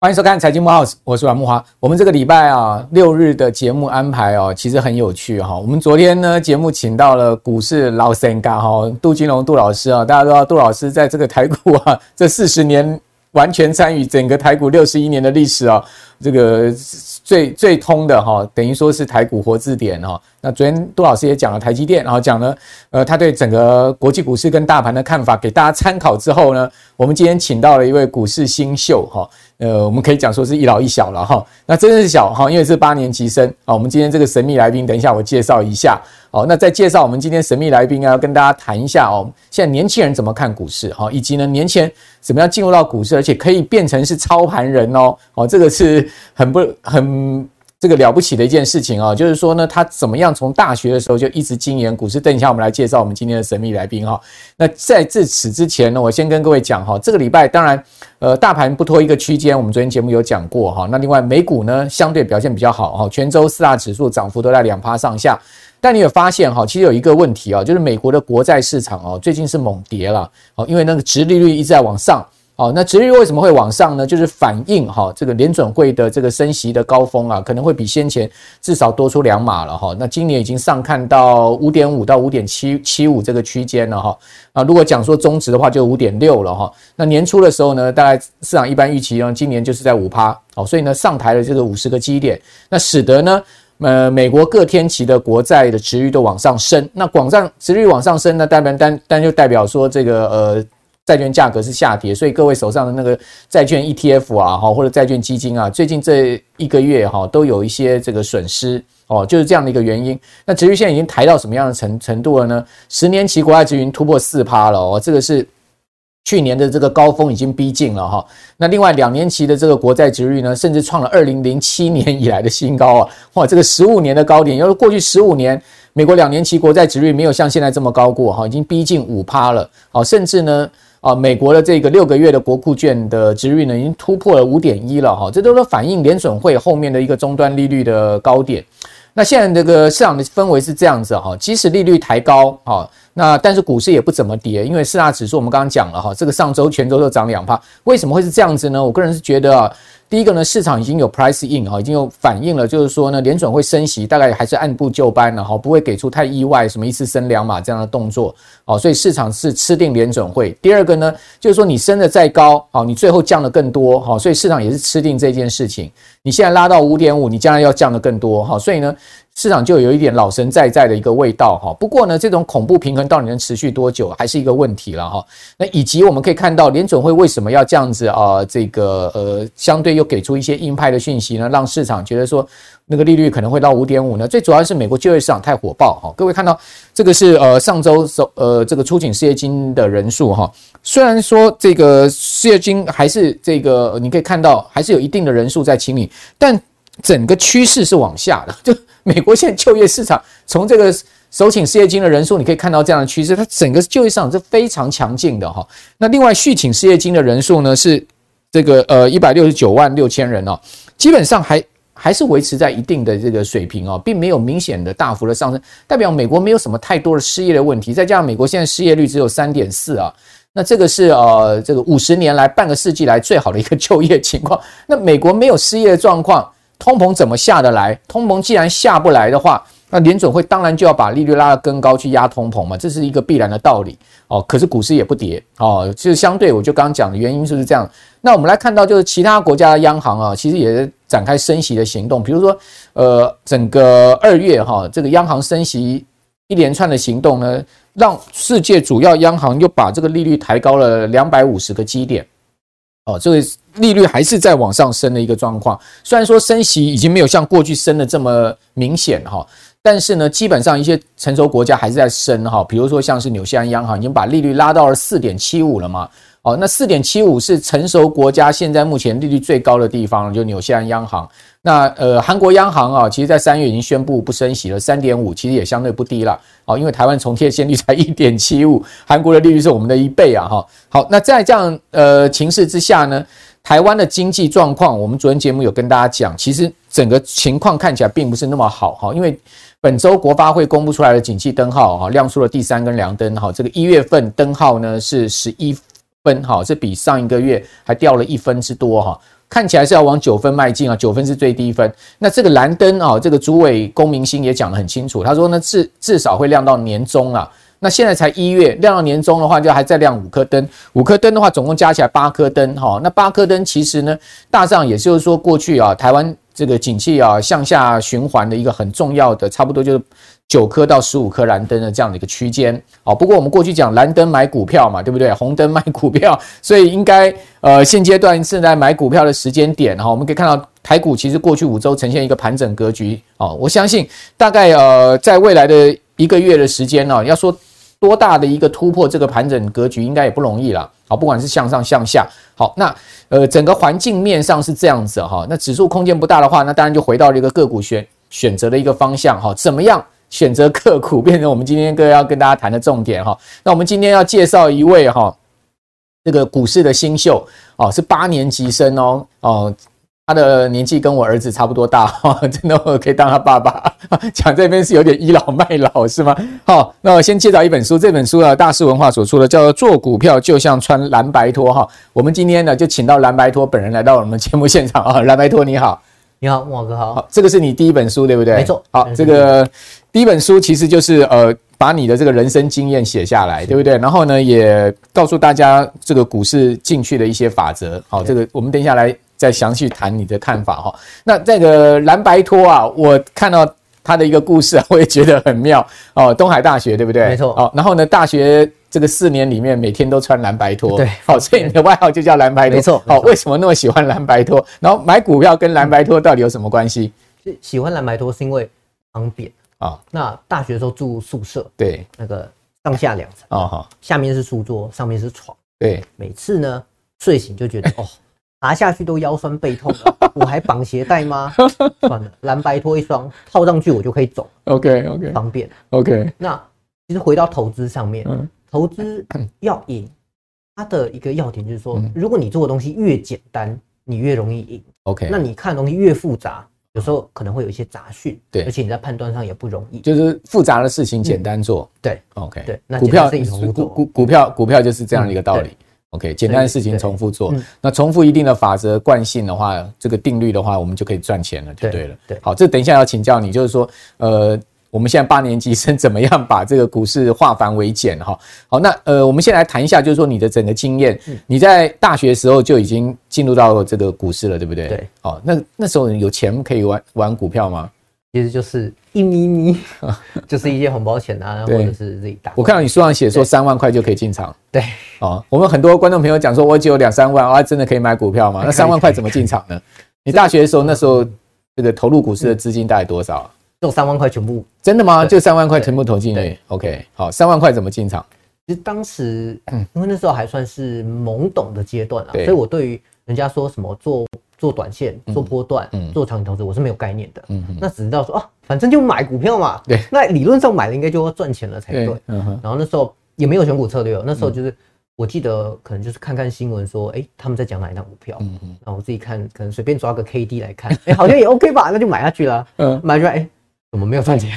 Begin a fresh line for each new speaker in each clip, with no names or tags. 欢迎收看《财经木 house》，我是阮木华。我们这个礼拜啊，六日的节目安排哦，其实很有趣哈、我们昨天呢，节目请到了股市老神嘎哈，杜金龙杜老师啊，大家都知道杜老师在这个台股啊，这四十年完全参与整个台股六十一年的历史啊，这个最最通的哈、等于说是台股活字典哈、那昨天杜老师也讲了台积电，然后讲了呃他对整个国际股市跟大盘的看法，给大家参考之后呢，我们今天请到了一位股市新秀哈、呃，我们可以讲说是一老一小了哈、那真的是小哈、因为是八年级生啊、我们今天这个神秘来宾，等一下我介绍一下。好，那在介绍我们今天神秘来宾啊，要跟大家谈一下哦，现在年轻人怎么看股市哈、以及呢年轻人怎么样进入到股市，而且可以变成是操盘人哦，哦，这个是很不很这个了不起的一件事情啊、就是说呢，他怎么样从大学的时候就一直精研股市。等一下我们来介绍我们今天的神秘来宾哈、那在至此之前呢，我先跟各位讲哈、这个礼拜当然，呃，大盘不脱一个区间，我们昨天节目有讲过哈、那另外美股呢相对表现比较好哈、全周四大指数涨幅都在两趴上下。但你有发现哈、其实有一个问题啊、就是美国的国债市场哦，最近是猛跌了哦，因为那个殖利率一直在往上。哦，那殖利率为什么会往上呢？就是反映哈、这个联准会的这个升息的高峰啊，可能会比先前至少多出两码了哈、那今年已经上看到五点五到五点七七五这个区间了哈、啊，如果讲说中值的话，就五点六了哈、那年初的时候呢，大概市场一般预期呢，今年就是在五趴，哦，所以呢上台了这个五十个基点，那使得呢。呃，美国各天期的国债的值率都往上升，那广上值率往上升呢，代表单单就代表说这个呃债券价格是下跌，所以各位手上的那个债券 ETF 啊，哈或者债券基金啊，最近这一个月哈、都有一些这个损失哦，就是这样的一个原因。那值率现在已经抬到什么样的程程度了呢？十年期国债值率已经突破四趴了哦，这个是去年的这个高峰已经逼近了哈、那另外两年期的这个国债值率呢，甚至创了二零零七 年以来的新高啊！哇，这个十五年的高点，要是过去十五年美国两年期国债值率没有像现在这么高过哈、已经逼近五趴了。好、甚至呢。啊，美国的这个六个月的国库券的值率呢，已经突破了五点一了哈、这都是反映联准会后面的一个终端利率的高点。那现在这个市场的氛围是这样子哈、即使利率抬高哈、那但是股市也不怎么跌，因为四大指数我们刚刚讲了哈、这个上周全周都涨两趴，为什么会是这样子呢？我个人是觉得啊，第一个呢，市场已经有 price in 哈、已经有反映了，就是说呢，联准会升息，大概还是按部就班了哈、不会给出太意外什么一次升两码这样的动作哦，所以市场是吃定联准会。第二个呢，就是说你升的再高，好、你最后降的更多，好、所以市场也是吃定这件事情。你现在拉到五点五，你将来要降的更多，哈、哦所以呢，市场就有一点老神在在的一个味道，哈、不过呢，这种恐怖平衡到底能持续多久，还是一个问题了，哈、哦那以及我们可以看到，联准会为什么要这样子啊、这个呃，相对又给出一些鹰派的讯息呢，让市场觉得说那个利率可能会到五点五呢？最主要是美国就业市场太火爆，哈、各位看到这个是呃上周首呃这个出请失业金的人数，哈、虽然说这个失业金还是这个，呃你可以看到还是有一定的人数在清理，但整个趋势是往下的。就美国现在就业市场，从这个首请失业金的人数，你可以看到这样的趋势，它整个就业市场是非常强劲的哈、那另外续请失业金的人数呢是这个呃一百六十九万六千人哦，基本上还。还是维持在一定的这个水平哦，并没有明显的大幅的上升，代表美国没有什么太多的失业的问题。再加上美国现在失业率只有三点四啊，那这个是呃这个五十年来半个世纪来最好的一个 就业情况。那美国没有失业的状况，通膨怎么下得来？通膨既然下不来的话，那联准会当然就要把利率拉得更高去压通膨嘛，这是一个必然的道理哦。可是股市也不跌哦，就是相对我就刚刚讲的原因就是这样。那我们来看到就是其他国家的央行啊，其实也是展开升息的行动，比如说呃整个二月哈、这个央行升息一连串的行动呢，让世界主要央行又把这个利率抬高了两百五十个基点。哦，这个利率还是在往上升的一个状况。虽然说升息已经没有像过去升的这么明显哈、但是呢，基本上一些成熟国家还是在升哈、比如说像是纽西兰央行已经把利率拉到了四点七五了嘛。哦，那四点七五是成熟国家现在目前利率最高的地方，就纽西兰央行。那呃，韩国央行啊，其实在三月已经宣布不升息了，三点五其实也相对不低了哦，因为台湾重贴现率才一点七五， 韩国的利率是我们的一倍啊哈、好，那在这样呃情势之下呢，台湾的经济状况，我们昨天节目有跟大家讲，其实整个情况看起来并不是那么好哈、因为本周国发会公布出来的景气灯号哈，亮出了第三根亮灯哈。这个一月份灯号呢是十一分哈，这比上一个月还掉了一分之多哈。看起来是要往九分迈进啊，九分是最低分。那这个蓝灯啊，这个主委龚明鑫也讲得很清楚，他说呢，至至少会亮到年终啊。那现在才一月，亮到年终的话，就还再亮五颗灯，五颗灯的话，总共加起来八颗灯哈、那八颗灯其实呢，大上也就是说过去啊，台湾这个景气啊向下循环的一个很重要的，差不多就是九颗到十五颗蓝灯的这样的一个区间。好，不过我们过去讲蓝灯买股票嘛，对不对？红灯卖股票， 所以应该呃现阶段正在买股票的时间点哈、哦我们可以看到台股其实过去五周呈现一个盘整格局哦。我相信大概呃在未来的一个月的时间呢、要说多大的一个突破这个盘整格局，应该也不容易啦。好，不管是向上向下，好，那呃整个环境面上是这样子哈、那指数空间不大的话，那当然就回到了一个个股选选择的一个方向哈、怎么样？选择个股变成我们今天个要跟大家谈的重点哈、那我们今天要介绍一位哈、这个股市的新秀哦，是八年级生哦哦，他的年纪跟我儿子差不多大，哈、 真的我可以当他爸 爸。讲这边是有点倚老卖老是吗？好、那我先介绍一本书，这本书呢，大师文化所出的，叫做《做股票就像穿蓝白拖》哈、我们今天呢就请到蓝白拖本人来到我们节目现场啊、蓝白拖你好，
你好，木华哥好。
好，这个是你第一本书对不对？
没错
好，这个第一本书其实就是呃。把你的这个人生经验写下来，对不对？然后呢，也告诉大家这个股市进去的一些法则。好，这个我们等一下来再详细谈你的看法哈。那这个蓝白托啊，我看到他的一个故事啊，我也觉得很妙哦。东海大学对不对？
没错
哦，然后呢，大学这个四年里面每天都穿蓝白拖，
对
好、所以你的外号就叫蓝白拖。
没错没
好、
错
为什么那么喜欢蓝白拖？然后买股票跟蓝白拖到底有什么关系？
就喜欢蓝白拖是因为方便
啊
那大学的时候住宿舍，
对，
那个上下 两层，
哦好，
下面是书桌，上面是床。
对，
每次呢睡醒就觉 得哦，爬下去都腰酸背痛了，我还绑鞋 带吗？算了，蓝白拖一双套上去我就可以走，
OK OK
方便。
OK，
那其实回到投资上面，
嗯
投资要赢，它的一个要点就是说
嗯，
如果你做的东西越简单，你越容易赢。
OK，
那你看的东西越复杂，有时候可能会有一些杂讯，
对
而且你在判断上也不容易。
就是复杂的事情简单做。
嗯对
OK，
对那
股
简
票
单事情重复
股
做
股股票股票就是这样的一个道理。OK，简单的事情重复做
嗯，
那重复一定的法则惯性的话，这个定律的话，我们就可以赚钱了，就
对
对了。
对
好，这等一下要请教你，就是说，呃，我们现在八年级生怎么样把这个股市化繁为简哈？好，那呃，我们先来谈一下，就是说你的整个经验，
嗯
你在大学时候就已经进入到这个股市了，对不对？
对。
好，哦那那时候有钱可以玩玩股票吗？
其实就是一咪咪， 就是一些红包钱啊，或
对
者是自己打。
我看到你书上写说三万块就可以进场。
对，
哦，我们很多观众朋友讲说，我只有两三万，啊，真的可以买股票吗？那三万块怎么进场呢？你大学的时候，那时候这个投入股市的资金大概多少啊？
这三万块全部，
真的吗？
对
就三万块全部投进
对
去？OK，好，三万块怎么进场？
其实当时因为那时候还算是懵懂的阶段啊，
嗯对
所以我对于人家说什么做做短线、做波段
嗯、
做长期投资，我是没有概念的。
嗯哼，
那只知道说啊，反正就买股票嘛。
对，
那理论上买了应该就要赚钱了才对
对。，嗯哼，
然后那时候也没有选股策略哦，那
嗯
时候就是、我记得可能就是看看新闻说，哎、他们在讲哪一档股票，
嗯哼，
然后我自己看，可能随便抓个 K D 来看，哎、好像也 OK 吧，那就买下去了。
嗯，
买下去，哎、怎么没有 赚钱？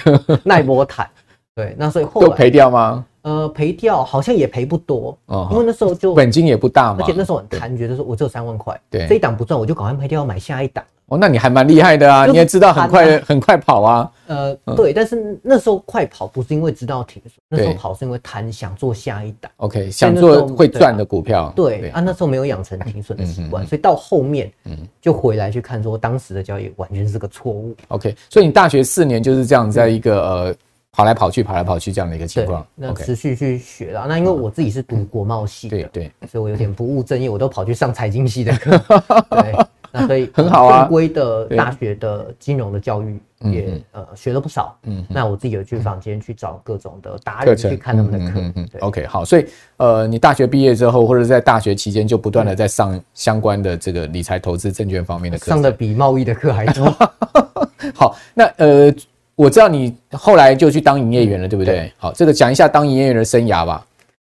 那也波坦，对，那所以后
都
来
赔掉吗？
呃赔掉，好像也赔不多，
哦
因为那时候就，
本金也不大
而
嘛
且。那时候很贪，觉得说我只有三万块，
对
这一档不赚，我就赶快赔掉买下一档。
哦，那你还蛮厉害的啊，
就
你也知道很
很
快很快跑啊。
呃，对，但是那时候快跑不是因为知道停损，那时候
对
跑是因为贪想做下一档。
OK，想
那时
做
候
会赚的股票。
啊对啊，那时候没有养成停
嗯
损的习惯，所以到后面就回来去看说当时的交易完全是个错误。
OK，所以你大学四年就是这样，在一个呃跑来跑去、跑来跑去这样的一个情
对
况，。
嗯那
OK，
持续去学啦。那因为我自己是读国贸系
对
的，
对，
所以我有点不务正业，我都跑去上财经系的课。 对，那所以
很好啊
正规的大学的金融的教育
嗯
也呃学了不少。
嗯
嗯，那我自己有去房间去找各种的达
课
人
程
去看他们的课
嗯嗯嗯嗯。
对，
OK，好，所以呃，你大学毕业之后，或者在大学期间，就不断的在上相关的这个理财、投资、证券方面的课
上
程。
的比贸易的课还 多。
好，那呃，我知道你后来就去当营业员了，对不对？好，这个讲一下当营业员的生涯吧。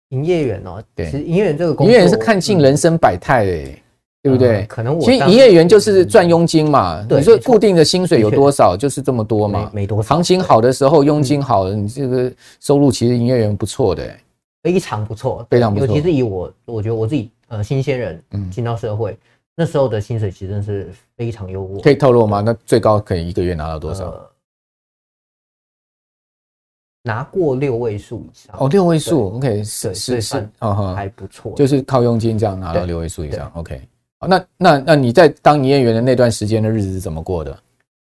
营业员哦，
对
其实营业员这个工
营
作，
业员是看尽人生百态的、欸，对对不对？
呃可能我
其实
当
营业员就是赚佣金嘛，
对
你说
没错
固定的薪水有多少，就是这么多嘛。
没没多少
行情好的时候，佣金好了，你这个收入其实营业员不错的、欸
非常不错，
非常不错
尤其是以我，我觉得我自己呃新鲜人
嗯
进到社会、那时候的薪水，其实真的是非常优渥，
可以透露吗？那最高可以一个月拿到多少？
呃拿过六位数以上，
哦，六位数，OK，是
对
是是
对算，
啊哈，
还不错，
就是靠佣金这样拿到
对
六位数以上，OK。好那那那你在当营业员的那段时间的日子是怎么 过的？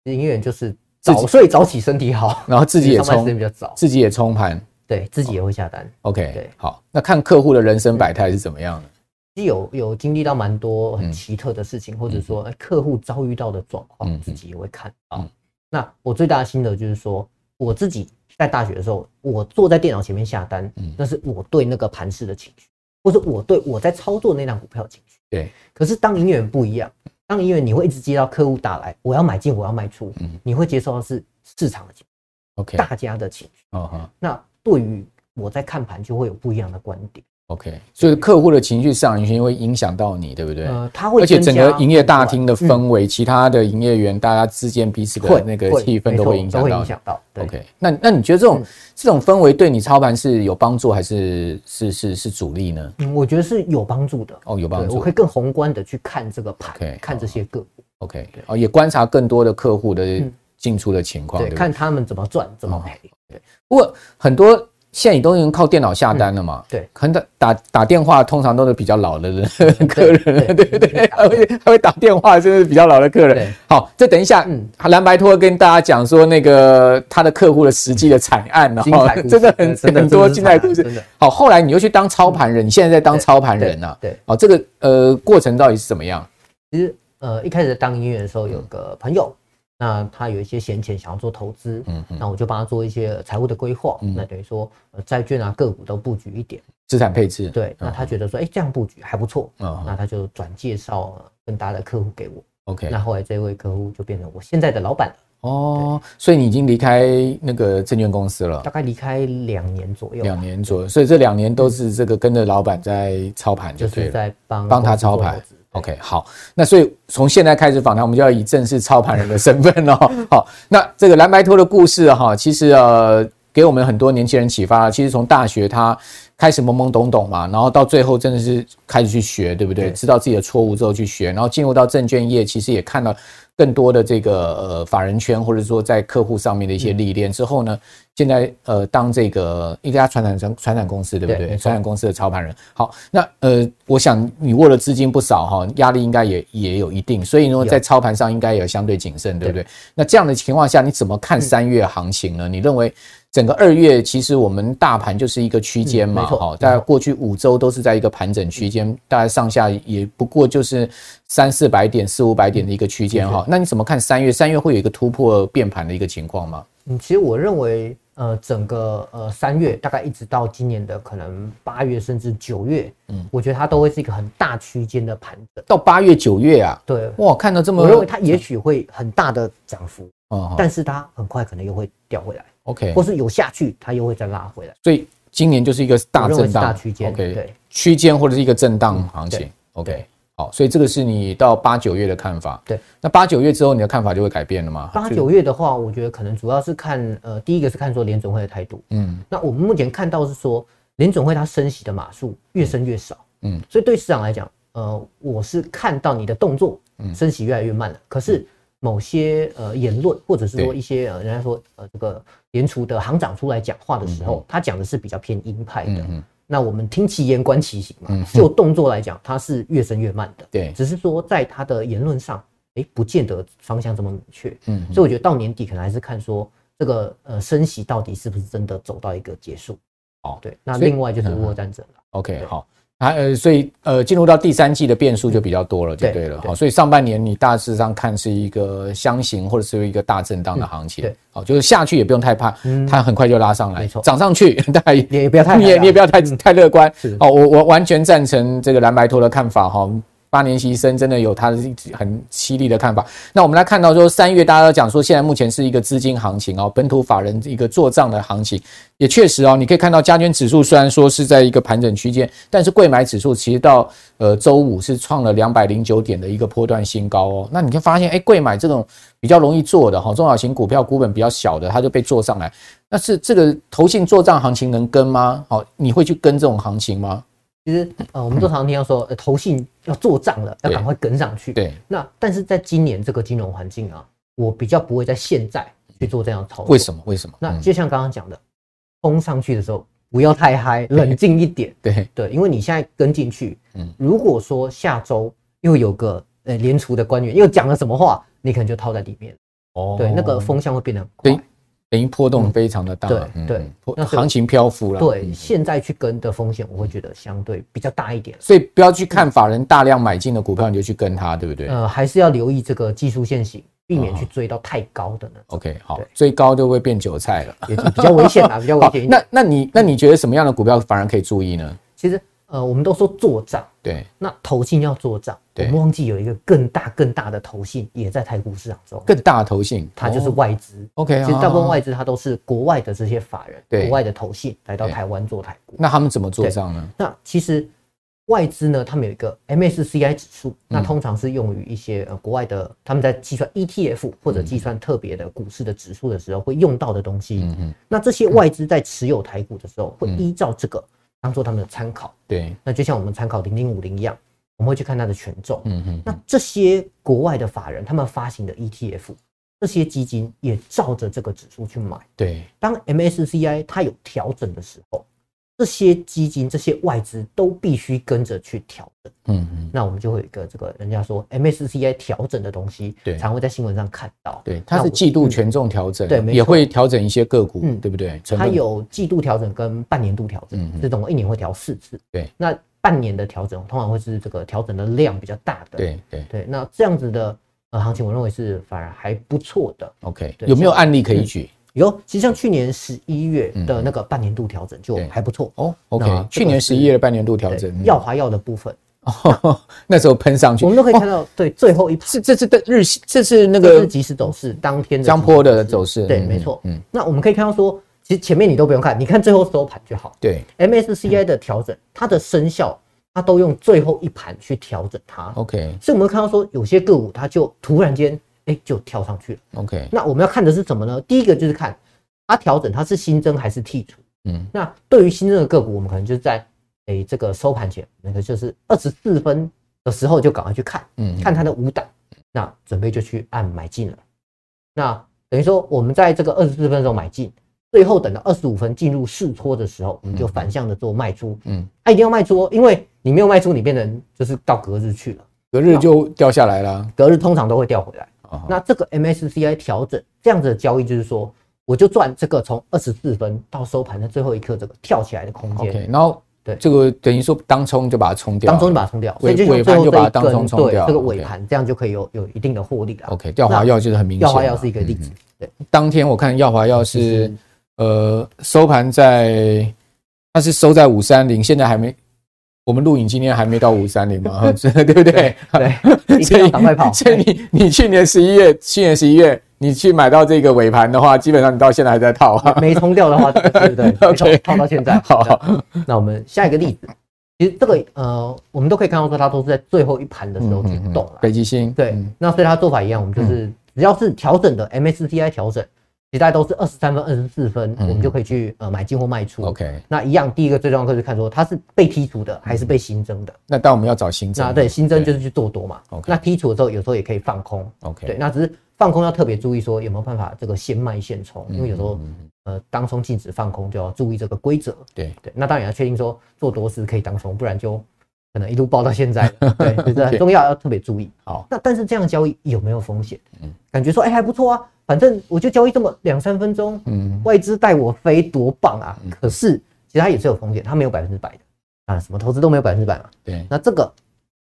营业员就是
自己
早睡早起，身体好，
然后自己也
上班时间
冲
比，较早，
自己也冲盘
对自己也会下单。
，OK
对。
好，那看客户的人生百态是怎么样的？
其实有有经历到蛮
嗯
多很奇特的事情，或者说哎客户遭遇到的状
嗯
况，
嗯
自己也会看到
嗯。
那我最大的心得就是说，我自己在大学的时候，我坐在电脑前面下单
嗯，
那是我对那个盘势的情绪，或者我对我在操作那档股票的情绪。
对，
可是当营业员不一样，当营业员你会一直接到客户打来，我要买进，我要卖出
嗯，
你会接受到是市场的情绪，
，OK，
大家的情绪。
哦哈
那对于我在看盘就会有不一样的观点，
，OK。所以客户的情绪上因会影响到你，对不对？
呃，他会
而且
增
整
加
个营业大厅的
嗯
氛围，其他的营业员大家之间彼此的
会
那个
会
气氛
没
都
错
会影响
都
到
影
你。
响到。对
OK，那那你觉得这种
嗯
这种氛围对你操盘是有帮助还是是是是阻力呢？
嗯，我觉得是有帮助的。
哦，有帮
对，我
助
可以。更宏观的去看这个盘
OK，
看这些个股，
OK，哦，也观察更多的客户的
嗯
进出的情况，
对，
对不对？
看他们怎么赚，怎么
哦
赔。
不过很多现在你都能靠电脑下单了嘛？
嗯对，
可能打打打电话通常都是比较老的人 客人，
对
对不对？
对
还会还会打电话，就是比较老的客人
对。
好，这等一下
嗯，
蓝白托跟大家讲说那个他的客户的实际的惨案哦
精彩故事，
真的很
真的
很多
真的是
精彩
惨
故
案
事
真的。
好，后来你又去当操盘人，你现在在当操盘人呐？
对，
哦，这个呃过程到底是怎么样？
其实呃一开始当音乐的时候，
嗯
有个朋友，那他有一些闲钱想要做投资，
嗯嗯，
那我就帮他做一些财务的规划，
嗯
那等于说呃债券啊个股都布局一点。
资产配置，
对，那他觉得说，哎，这样布局还不错，
嗯
那他就转介绍呃更大的客户给我。
，OK，
那后来这位客户就变成我现在的老板了，
哦，所以你已经离开那个证券公司了
大。概离开两年左右吧，
两年左右，所以这两年都是这个跟着老板在操盘就
就
对
是
了，
在帮
帮他
公司
操
做
盘
投资。对
OK，好，那所以从现在开始访谈，我们就要以正式操盘人的身份哦。好，那这个蓝白托的故事哈、其实呃给我们很多年轻人启发。其实从大学他开始懵懵懂懂嘛，然后到最后真的是开始去学，对不对？
对
知道自己的错误之后去学，然后进入到证券业，其实也看到更多的这个呃法人圈或者说在客户上面的一些历练之后呢，现在呃当这个一家传产商传产公司对不
对
对？
没错
传产公司的操盘人。好，那呃我想你握了资金不少哈，压力应该也也有一定，所以呢
有
在操盘上应该也相对谨慎，对不对
对？嗯
那这样的情况下，你怎么看三月行情呢？你认为整个二月其实我们大盘就是一个区间嘛，
嗯没错嗯
哈、
没错
大概过去五周都是在一个盘整区间，大概上下也不过就是三四百点、四五百点的一个区间
嗯
哈。那你怎么看三月？三月会有一个突破变盘的一个情况吗？
嗯，其实我认为，呃，整个呃三月大概一直到今年的可能八月甚至九月，
嗯
嗯，我觉得它都会是一个很大区间的盘整。
到八月、九月啊，
对，
哇，看到这么，
我认为它也许会很大的涨幅，
哦
但是它很快可能又会掉回来，
，OK，
或是有下去，它又会再拉回来。
所以今年就是一个大
我认为
震
是
荡，
大区间
OK，
对嗯
区间或者是一个震荡行情、
对
o k 好，所以这个是你到八九月的看法，
对，
那八九月之后你的看法就会改变了吗？
八
就，
九月的话，我觉得可能主要是看，呃，第一个是看说联准会的态度。
嗯
那我们目前看到是说，联准会它升息的码数越升越少，
嗯，
所以对市场来讲，呃，我是看到你的动作，
嗯
升息越来越慢了。可是某些呃言论，或者是说
对
一些呃人家说呃这个联储的行长出来讲话的时候，他讲的是比较偏鹰派的。
嗯嗯，
那我们听其言观其行嘛，就动作来讲，它是越升越慢的。
对
只是说在他的言论上，诶，不见得方向这么明确。
嗯
所以我觉得到年底可能还是看说这个呃升息到底是不是真的走到一个结束。
好
对，那
哦所以
另外就是
嗯
俄乌战争了。
OK，
对
好。啊呃，所以呃，进入到第三季的变数就比较多了，就
对
对了。
对
好，所以上半年你大致上看是一个箱型或者是一个大震荡的行情
嗯对，
好，就是下去也不用太怕，
嗯
它很快就拉上来
没，错
涨上去， 大概
也也不要太
你也
害怕
你也不要太太乐观
是。
哦，我我完全赞成这个蓝白托的看法哈。八年级生真的有他的很犀利的看法。那我们来看到说，三月大家都讲说，现在目前是一个资金行情哦，本土法人一个做账的行情，也确实哦，你可以看到加权指数虽然说是在一个盘整区间，但是贵买指数其实到呃周五是创了两百零九点的一个波段新高哦。那你就发现，哎，贵买这种比较容易做的哈、中小型股票股本比较小的，它就被做上来。那是这个投信做账行情能跟吗？好、你会去跟这种行情吗？
其实呃，我们都常听到说，呃，投信要做账了，要
对
赶快跟上去。
对，
那但是在今年这个金融环境啊，我比较不会在现在去做这样的操作。
为什么？为什么？
那
嗯
就像刚刚讲的，冲上去的时候不要太嗨，冷静一点。
对
对，因为你现在跟进去，
嗯
如果说下周又有个呃联储的官员又讲了什么话，你可能就套在里面，
哦
对，那个风向会变得很
对
快。
等于波动非常的大，
嗯对
嗯
对
嗯波
那所以
行情漂浮了，
对，
嗯
现在去跟的风险，我会觉得相对比较大一点。
所以不要去看法人大量买进的股票，你就去跟它，对不啊对
呃，还是要留意这个技术线型，避免去追到太高的呢，
？OK，好
对，
最高就会变韭菜了。
也比较危险 啊，比较危
好
险一，点。
那那你那你觉得什么样的股票反而可以注意呢？
其实呃，我们都说做账，
对，
那投信要做账，我
对
们忘记有一个更大更大的投信也在台股市场中，啊
更大的投信，
它就是
哦
外资。
OK，
其实大部分
啊
外资它都是国外的这些法人，
对
国外的投信来到
对
台湾做台股。
那他们怎么做账呢？
那其实外资呢，他们有一个 MSCI 指数，
嗯
那通常是用于一些呃国外的，他们在计算 ETF
嗯
或者计算特别的股市的指数的时候会用到的东西。
嗯嗯，
那这些外资在持有台股的时候，会依照这个当做他们的参考。
对，
那就像我们参考零零五零一样，我们会去看它的权重。
嗯嗯，
那这些国外的法人他们发行的 ETF，这些基金也照着这个指数去买。
对，
当 MSCI 它有调整的时候，这些基金、这些外资都必须跟着去调整。
嗯嗯，
那我们就会有一个这个人家说 MSCI 调整的东西，
对
常会在新闻上看到。
对，它
那
是
我
季度权重调整，
嗯对没错
也会调整一些个股，
嗯
对不对？成
它
分
有季度调整跟半年度调整，
嗯嗯
这种一年会调四次。
对，
那半年的调整通常会是这个调整的量比较大的。
对对
对，那这样子的呃行情，我认为是反而还不错的。
，OK，
对嗯
有没有案例可以举？
有，其实像去年十一月的
嗯
那个半年度调整就
对
还不错。
哦，OK，
那这个
去年
是
十一月的半年度调
对
整，嗯
耀华药的部分，
那时候喷上去
我，们都可以看到，对最后一盘
是这是的日系，哦这是那
这是
个
即时走势，当天的
江
即时
波的走势，
对，
嗯
没错。
嗯，嗯
那我们可以看到说，其实前面你都不用看，你看最后收盘就好。
对嗯
MSCI 的调整，它的生效，它都用最后一盘去调整它，
，OK
所以我们会看到说，有些个股它就突然间哎就跳上去了。
OK，
那我们要看的是什么呢？第一个就是看它调整它是新增还是剔除。
嗯，
那对于新增的个股，我们可能就是在诶这个收盘前，那个就是二十四分的时候就赶快去看，
嗯
看它的五档，那准备就去按买进了。那等于说我们在这个二十四分的时候买进，最后等到二十五分进入试搓的时候，我们就反向的做卖出。
嗯，
它、一定要卖出哦，因为你没有卖出，你变成就是到隔日去了，
隔日就掉下来了。
隔日通常都会掉回来。
哦
那这个 MSCI 调整这样子的交易，就是说，我就赚这个从二十四分到收盘的最后一刻这个跳起来的空间，
OK，然后
对
这个等于说当冲就把它冲掉了，
当中你把它冲掉，所
啊尾
以就像
尾
最
盘
后
就
这
把它
一
当中
根
冲掉
对这个
，OK
尾盘，这样就可以有有一定的获利了。
OK 掉华药就是很明显
耀
嘛，
华药是一个例
嗯
子，对，
当天我看耀华药是
嗯
呃收盘在，它是收在五三零，现在还没，我们录影今天还没到五三零 嘛，是对不对？
对一定要赶快跑
所以你你去年十一月，去年十一月你去买到这个尾盘的话，基本上你到现在还在套 啊。
没冲掉的话，对不 对？没
OK
冲套到现在。
好
那，那我们下一个例子，其实这个呃，我们都可以看到说，它都是在最后一盘的
嗯
时候去动了。
北极星
对
嗯，
那所以它做法一样，我们就是只要是调整的 MSCI 调整，其实大概都是二十三分、二十四分，
嗯
我们就可以去呃买进或卖出。
，OK，
那一样，第一个最重要的就是看说它是被剔除的还是被新增的。
那但我们要找新增
那对新增就是去做多嘛。
嗯 OK
那剔除的时候有时候也可以放空。
OK，
对，那只是放空要特别注意说有没有办法这个先卖现冲，
嗯
因为有时候呃当冲禁止放空就要注意这个规则。
嗯对
对，那当然要确定说做多是可以当冲，不然就可能一路爆到现在。对，就是很重要，要特别注意。
好，
那但是这样交易有没有风险？
嗯
感觉说哎、还不错啊，反正我就交易这么两三分钟，
嗯，
外资带我飞多棒啊！可是其实它也是有风险，它没有百分之百的啊，什么投资都没有百分之百嘛。
对，
那这个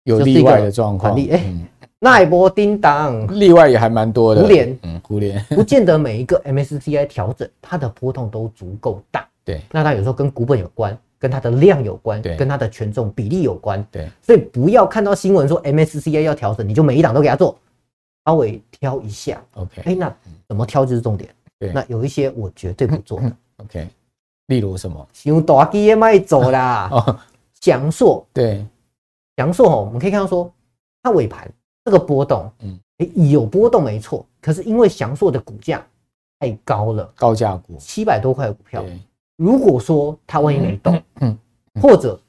有
就是
例
一个
外的状况，
反例哎
嗯
那一波叮当，
例外也还蛮多的，
胡连
嗯，胡 连，
不见得每一个 MSCI 调整它的波动都足够大。
对
那它有时候跟股本有关，跟它的量有关
对，
跟它的权重比例有关。
对，
所以不要看到新闻说 MSCI 要调整，你就每一档都给它做，稍微挑一下。
，OK
哎，那怎么挑就是重点。
对
那有一些我绝对不做 的，
OK，例如什么？
用大基也卖走啦。
哦，
翔硕，
对，
翔硕哦，我们可以看到说，它尾盘这个波动，
嗯
嗯，有波动没错，可是因为翔硕的股价太高了，
高价股，
七百多块的股票，
对，
如果说它万一没动，
嗯
嗯，或者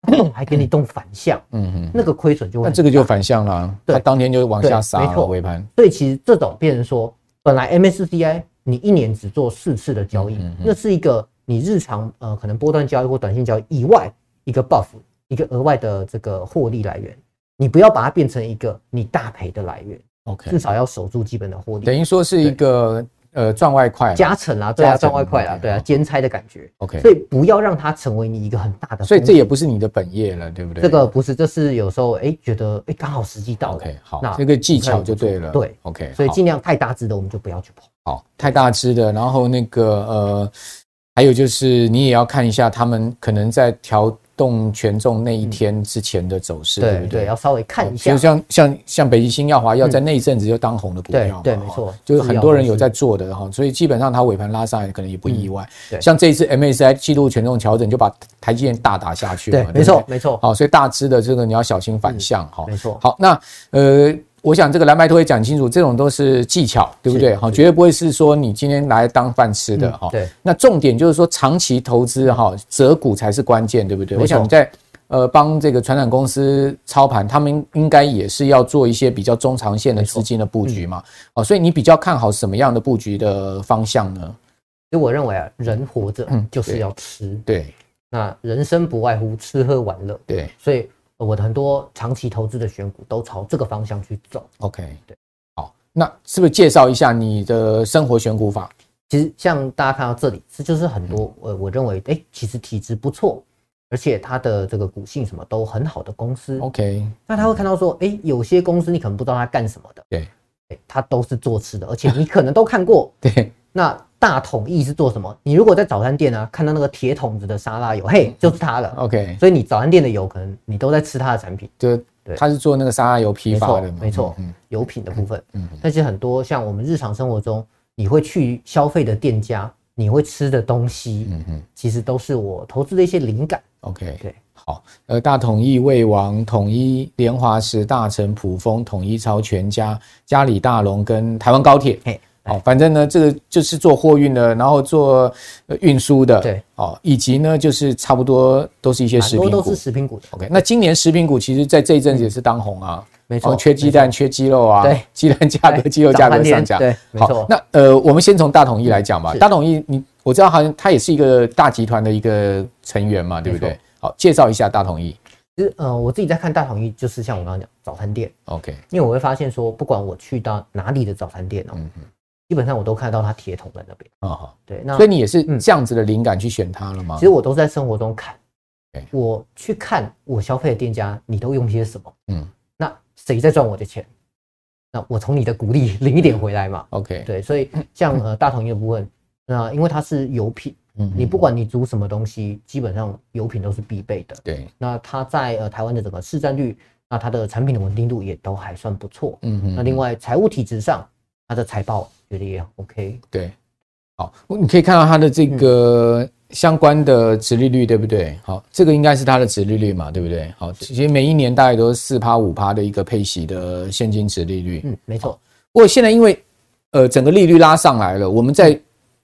它动还给你动反向，
嗯嗯，
那个亏损就会
那
很
这个就反向了，
对
它当天就往下杀
对没
了
错
尾盘，
所以其实这种变成说，本来 MSCI 你一年只做四次的交易，
嗯嗯嗯
那是一个你日常呃可能波段交易或短线交易以外一个 buff，一个额外的这个获利来源。你不要把它变成一个你大赔的来源，
OK，
至少要守住基本的获利
等于说是一个呃赚外快啦
加成啊，对
加
啊，
成嗯
赚外快啊，
OK，
对啊，
好
兼差的感觉。
，OK，
所以不要让它成为你一个很大的风险。
所以这也不是你的本业了，对不对？
这个不是，这是有时候哎觉得哎刚好时机到了
OK 好，
那
这个技巧就对了，
对
，OK，
所以
好
尽量太大只的我们就不要去碰。
好，太大只的，然后那个呃，还有就是你也要看一下他们可能在调动权重那一天之前的走势，对不对？
对
哦
对，要稍微看一下嗯
就。像像像北极星耀华要在那一阵子就当红的股票嘛，
对对
哈
没错
就是很多人有
是
在做的哈，所以基本上它尾盘拉上来可能也不意外。
嗯对
像这一次 MSCI 季度权重调整就把台积电大打下去了
对
嘛，，
没
不
错，没错，
好，所以大只的这个你要小心反向哈。
没错。
好，那呃，我想这个蓝白拖也讲清楚，这种都是技巧，对不对？
是
哈，
是嗯
绝对不会是说你今天拿来当饭吃的哈。
对，
那重点就是说，长期投资哈，择股才是关键，对不对？
没错
我想你在呃帮这个传染公司操盘，他们应该也是要做一些比较中长线的资金的布
嗯
局嘛。哦，所以你比较看好什么样的布局的方向呢？
所以我认为啊，人活着
嗯
就是
对
要吃，
对
那人生不外乎吃喝玩乐，
对
所以呃我的很多长期投资的选股都朝这个方向去走。
，OK，
对，
好，那是不是介绍一下你的生活选股法？
其实像大家看到这里，这就是很
嗯
多呃，我认为哎，其实体质不错，而且它的这个股性什么都很好的公司，
OK，
那他会看到说，哎、有些公司你可能不知道它干什么的，
对。
诶，它都是做吃的，而且你可能都看过
对，
那大统一是做什么？你如果在早餐店啊看到那个铁桶子的沙拉油，
嗯
嘿，就是它了。
OK，
所以你早餐店的油，可能你都在吃它的产品，
就
对
他是做那个沙拉油批
没
发
错
的嘛，
没错
嗯
油品的部分。
嗯嗯
但是很多像我们日常生活中，你会去消费的店家，你会吃的东西，
嗯嗯
其实都是我投资的一些灵感。
，OK，
对，
好，呃，大统一、魏王、统一、莲华石、大成、普丰、统一超、全家、嘉里大龙跟台湾高铁。
嘿，
哦，反正呢，这个就是做货运的，然后做呃运输的，
对，
哦，以及呢，就是差不多都是一些
蛮
食
多
品
都
股
是。食品股的。
OK，那今年食品股其实在这一阵子也是当红啊，
没错，
哦缺 鸡
没错
蛋、缺鸡肉啊，
对，哎
鸡蛋价格、
对
鸡肉价
涨
格
翻
上
天
涨，
对，没
好，
错。
那呃，我们先从大统一来讲吧。
是
大统一，你我知道好像它也是一个大集团的一个成员嘛，对不
没
对？好，介绍一下大统一。
其实，呃，我自己在看大统一，就是像我刚刚讲早餐店，
OK，
因为我会发现说，不管我去到哪里的早餐店哦，
嗯
基本上我都看到它铁桶在那边。
嗯，好，
对，那
所以你也是
啊嗯
这样子的灵感去选它了吗
其？实我都是在生活中看
OK，
我去看我消费的店家，你都用些什么？
嗯
那谁在赚我的钱？那我从你的鼓励领一点回来嘛。
，OK，
对，所以像呃大统一的部分，那因为它是油品，
嗯
你不管你煮什么东西，基本上油品都是必备的。
对，
那它在呃台湾的整个市占率，那它的产品的稳定度也都还算不错。
嗯嗯
那另外财务体质上，它的财报觉得也 OK。
对，好，你可以看到它的这个相关的殖利率，对不
嗯
对？好，这个应该是它的殖利率嘛，对不对？好，其实每一年大概都是四趴五趴的一个配息的现金殖利率。
嗯，没错，
不过现在因为呃整个利率拉上来了，我们在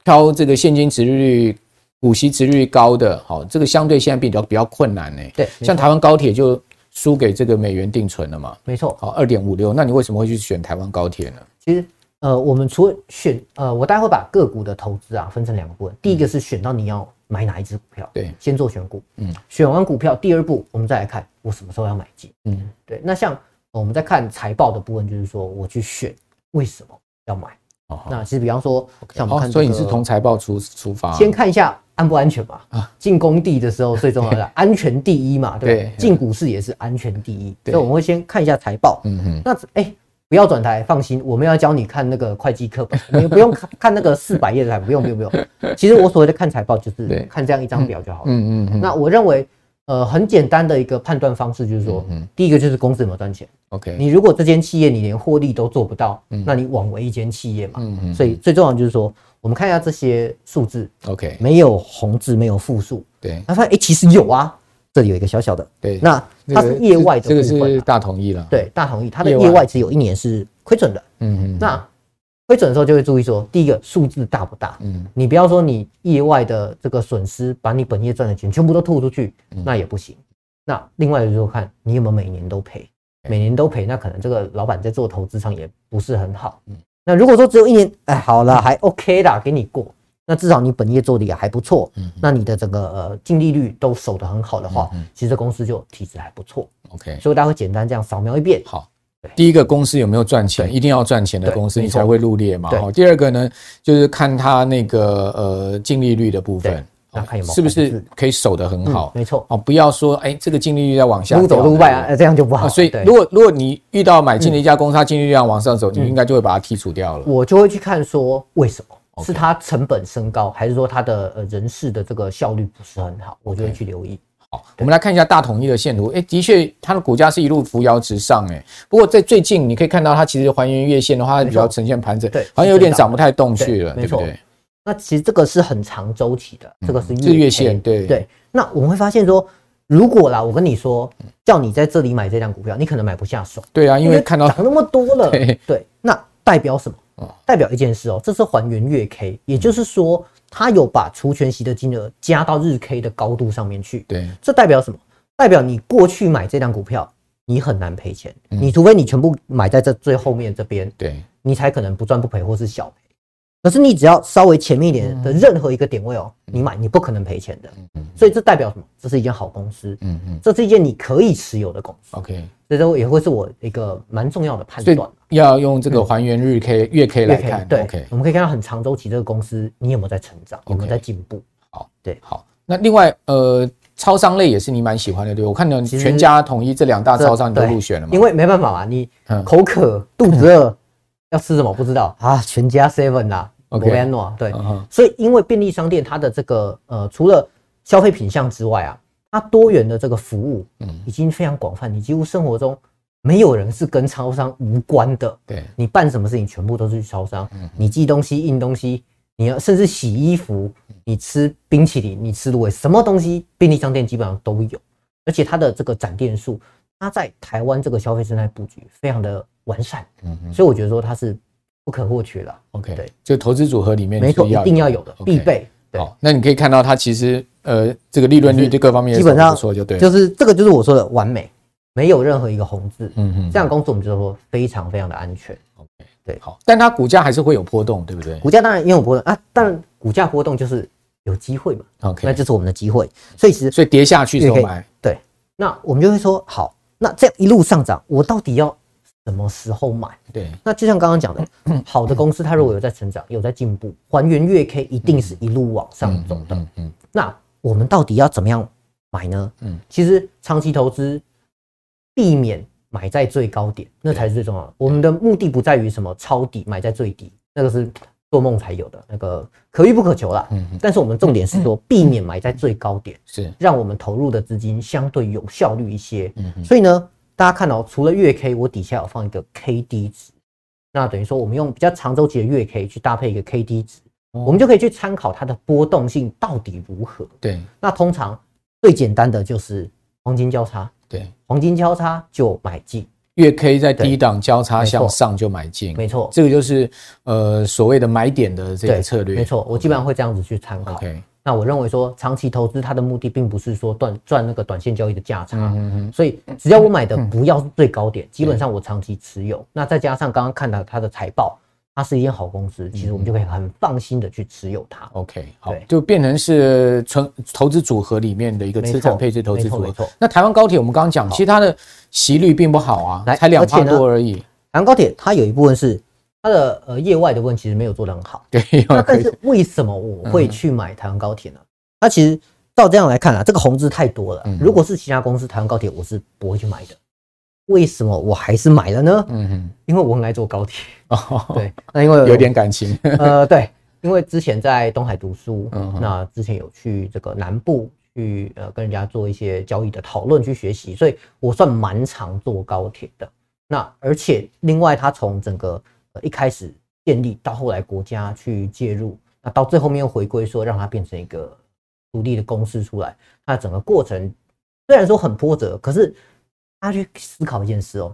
挑这个现金值利率、股息值利率高的，好、这个相对现在比较比较困难呢、
对，没
像
错
台湾高铁就输给这个美元定存了嘛，
没错。
好二点五六，那你为什么会去选台湾高铁呢？
其实呃，我们除了选呃，我待会把个股的投资啊分成两部分，第一个是选到你要买哪一只股票，
嗯对
先做选股。
嗯
嗯，选完股票，第二步我们再来看我什么时候要买进。
嗯，
对，那像、呃我们在看财报的部分，就是说我去选为什么要买。
哦好
那其实比方说，像我们
哦，
看、
所以你是从财报出出发、
先看一下安不安全吧。
啊
啊，进工地的时候最重要 的安全第一嘛，对不
对
对？进股市也是安全第一，
对
所以我们会先看一下财报。
嗯哼，
那哎、不要转台，放心，我们要教你看那个会 计课本，你不用看看那个四百页的财报，不用不用不用。其实我所谓的看财报就
对
是看这样一张表就好了。
嗯嗯嗯，
哦那我认为，呃，很简单的一个判断方式就是说，
嗯嗯
第一个就是公司有没有赚钱。
OK，
你如果这间企业你连获利都做不到，那你枉为一间企业嘛。
嗯嗯
所以最重要的就是说，我们看一下这些数字，
，OK，
没有红字，没有负数，
对
那发现哎，其实有啊，这里有一个小小的，
对，
那它是业外的
这个
部分
是
啊、
大同意了，，
对，大同意，它的
业外
业外只有一年是亏损的。
嗯嗯，
那亏损的时候就会注意说，第一个数字大不大？
嗯
你不要说你意外的这个损失，把你本业赚的钱全部都吐出去，
嗯
那也不行。那另外就是说看你有没有每年都赔，每年都赔，那可能这个老板在做投资上也不是很好。
嗯
那如果说只有一年，哎，好了，还 OK 啦，给你过。那至少你本业做的也还不错，
嗯
那你的整个呃净利率都守得很好的话，
嗯嗯
其实公司就体质还不错。
，OK，
所以大家会简单这样扫描一遍，
好。第一个公司有没有赚钱，一定要赚钱的
对
公司你
没错
才会入列嘛。
对
好，第二个呢，就是看它那个呃净利率的部分哦
对，那看有没有
是不
红
是
字
可以守得很好
嗯没错，
哦，不要说哎这个净利率在往下
撸走
掉
撸败啊，
对不对
呃这样就不好。
啊，所以
对嗯
如果如果你遇到买进的一家公司，它净利率要往上走，你应该就会把它剔除掉了。
我就会去看说为什么是它成本升高，还是说它的呃人事的这个效率不是很好，我就会去留意。
好，哦我们来看一下大统一的线图。哎，的确，它的股价是一路扶摇直上。哎，不过在最近你可以看到，它其实还原月线的话，它比较呈现盘整，
对
好像有点涨不太动去了，
对
对
没
不
错
对？
那其实这个是很长周期的，这个是
嗯这月
配
线对
对。那我们会发现说，如果啦，我跟你说，叫你在这里买这张股票，你可能买不下手，
对啊，因为看到
涨那么多 了，
对
对，那代表什么
哦？嗯
代表一件事哦，这是还原月 K，也就是说，它有把除权息的金额加到日 K 的高度上面去。
对
这代表什么？代表你过去买这张股票，你很难赔钱，
嗯
你除非你全部买在这最后面这边，
对
你才可能不赚不赔或是小赔。可是你只要稍微前面一点的任何一个点位哦，
嗯
你买你不可能赔钱的。所以这代表什么？这是一间好公司，
嗯嗯
这是一间你可以持有的公司，
，OK，
所以这也会是我一个蛮重要的判
所以
断。
要用这个还原日 K 月 K 来
也可以
看。
对
OK，
我们可以看到很长周期这个公司，你有没有在成长，有没有
OK
在进
嗯
步？
好。那另外呃，超商类也是你蛮喜欢的，对不对？我看到
其实
全家统一这两大
这
超商你都
对
入选了嘛
因？为没办法嘛，你
嗯
口渴、肚子饿，要吃什么不知道啊，全家 seven 啦
OK
摩安诺对
嗯哼，
所以因为便利商店它的这个呃，除了消费品项之外啊，它多元的这个服务
嗯
已经非常广泛，你几乎生活中没有人是跟超商无关的。
对，
你办什么事情全部都是去超商，
嗯
你寄东西、印东西，你要甚至洗衣服，你吃冰淇淋，你吃芦苇，什么东西便利商店基本上都有，而且它的这个展店数，它在台湾这个消费生态布局非常的完善，
嗯嗯
所以我觉得说它是不可或缺的，
，OK，
对
就投资组合里面
没错，
是
一定要有的，
OK
必备。对，
好，那你可以看到它其实呃，这个利润率
就是
这各方面
基本上
不错，就对了，
就是这个就是我说的完美，没有任何一个红字，
嗯嗯，
这样公司我们就说非常非常的安全。对
好，但它股价还是会有波动，对不对
股价当然也有波动啊，当然股价波动就是有机会嘛。那
？OK，
就是我们的机会。所以其实
所以跌下去的时候买，
对，那我们就会说，好，那这样一路上涨，我到底要什么时候买？
对，
那就像刚刚讲的，好的公司它如果有在成长，有在进步，还原月 K 一定是一路往上走的。
嗯嗯，
那我们到底要怎么样买呢？
嗯
嗯，其实长期投资，避免买在最高点，那才是最重要的。我们的目的不在于什么抄底买在最低，那个是做梦才有的，那个可遇不可求啦。
嗯嗯
但是我们重点是说，避免买在最高点，
是，
让我们投入的资金相对有效率一些。
嗯嗯
所以呢，大家看哦，除了月 K，我底下有放一个 KD 值，那等于说我们用比较长周期的月 K 去搭配一个 KD 值，
哦
我们就可以去参考它的波动性到底如何。
对
那通常最简单的就是黄金交叉，
对，
黄金交叉就买进，
月 K 在低档交叉向上就买进，
没错，
这个就是呃所谓的买点的这个
对
策略，
没错，我基本上会这样子去参考。
，OK，
那我认为说，长期投资它的目的并不是说赚赚那个短线交易的价差，
嗯嗯
所以只要我买的不要是最高点，基本上我长期持有。那再加上刚刚看到它的财报，它是一间好公司，其实我
嗯
们就可以很放心的去持有它。
OK，好
对，
就变成是纯投资组合里面的一个资
没
产
错
配置投资
没
组
错没
合
错。
那台湾高铁我们刚刚讲，其实它的息率并不好啊，
来
才两
而且
趴
呢
多而已。
南高铁它有一部分是它的呃业外的部分其实没有做得很好，
对，
那
啊可
但
以嗯
是为什么我会去买台湾高铁呢？那其实
嗯
照这样来看啊，这个红字太多了。如果是其他公司，台湾高铁我是不会去买的。为什么我还是买了呢？
嗯
因为我很爱坐高铁。
哼，哦，
对，那因为
有点感情，
呃，对，因为之前在东海读书，
嗯哼
那之前有去这个南部去呃跟人家做一些交易的讨论，去学习，所以我算蛮常坐高铁的。那而且另外，它从整个、呃、一开始建立到后来国家去介入，那到最后面又回归说让它变成一个独立的公司出来，它整个过程虽然说很波折，可是大家去思考一件事哦。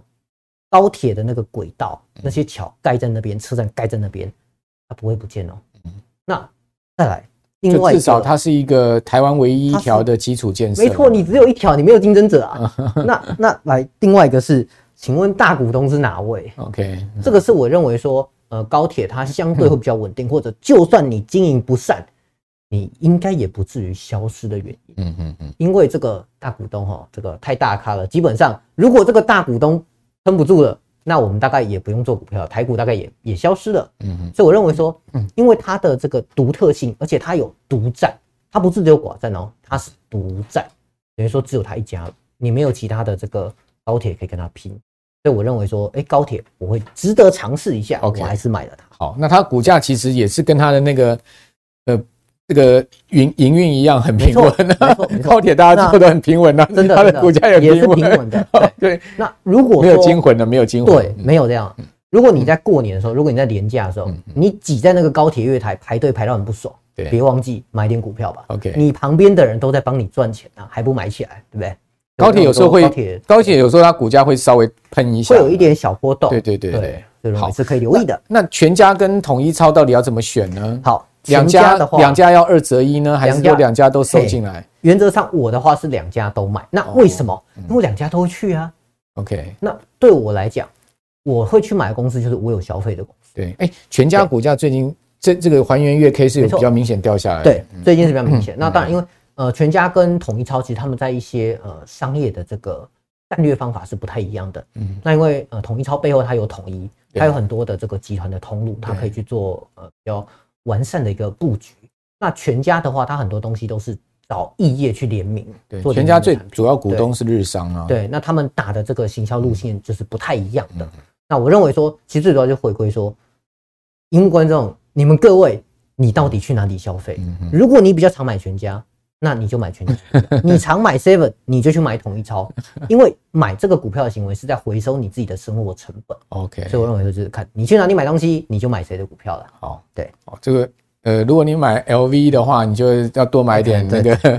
高铁的那个轨道，那些桥盖在那边，车站盖在那边，它不会不见哦。那再来，另
嗯就
外一
至
个
少它啊是一个台湾唯一一条的基础建设。
没错，你只有一条，你没有竞争 者啊。那那来，另外一个是，请问大股东是哪位？
OK，
这个是我认为说，呃，高铁它相对会比较稳定，或者就算你经营不善，你应该也不至于消失的原因。
嗯嗯嗯，
因为这个大股东哈、这个太大咖了，基本上如果这个大股东撑不住了，那我们大概也不用做股票，台股大概也也消失了。
嗯哼，
所以我认为说
嗯，
因为它的这个独特性，而且它有独占，它不是只有寡占哦，它是独占，等于说只有它一家了，你没有其他的这个高铁可以跟它拼。所以我认为说，哎、高铁我会值得尝试一下
OK
我还是买了它。
好，那它股价其实也是跟它的那个呃这个营营运一样很平稳啊
没错没错没错
高铁大家做的很平稳啊，
真的，
它
真
的股价也
也是
平
平
稳，啊
稳的。对，
对，
那如果
没有
说
惊魂的，嗯没有惊魂，
对，没有这样。如果你在过年的时候，如果你在年假的时候，你挤在那个高铁月台排队排到很不爽，
嗯对
别忘记买点股票吧。
OK
你旁边的人都在帮你赚钱啊，还不买起来，对不对？
高铁有时候会
高铁
高铁有时候它股价会稍微喷一下，
会有一。点小波动，
对对对对
对，所以我
好
们是可以留意的。
那全家跟统一超到底要怎么选呢？
好，
两
全家的话，
两家要二择一呢，还是
两家
说两家都收进来
原则上我的话是两家都买，
哦
那为什么？
嗯
因为两家都会去啊。
？OK，
那对我来讲，我会去买的公司就是我有消费的公司。
对，哎，全家股价最近这这个还原月 K 是有
没错
比较明显掉下来，嗯
对，，这一件事比较明显。那当然，因为呃，全家跟统一超其实他们在一些呃商业的这个战略方法是不太一样的。
嗯
嗯，那因为呃，统一超背后它有统一，
对
它有很多的这个集团的通路，它
对
可以去做呃比较完善的一个布局。那全家的话，它很多东西都是找异业去联名，
对，
做
全
联名
家
的
最
产品
主要股东是日商啊，，嗯
对，那他们打的这个行销路线就是不太一样的。那我认为说，其实最主要就回归说，因为观众，你们各位，你到底去哪里消费？
嗯哼
如果你比较常买全家，那你就 买全家；你常买 Seven，你就去买统一超，因为买这个股票的行为是在回收你自己的生活成本。
，OK，
所以我认为说，就是看你去哪里买东西，你就买谁的股票了。
好，
对，
好，这个。呃，如果你买 LV 的话，你就要多买点那
对
个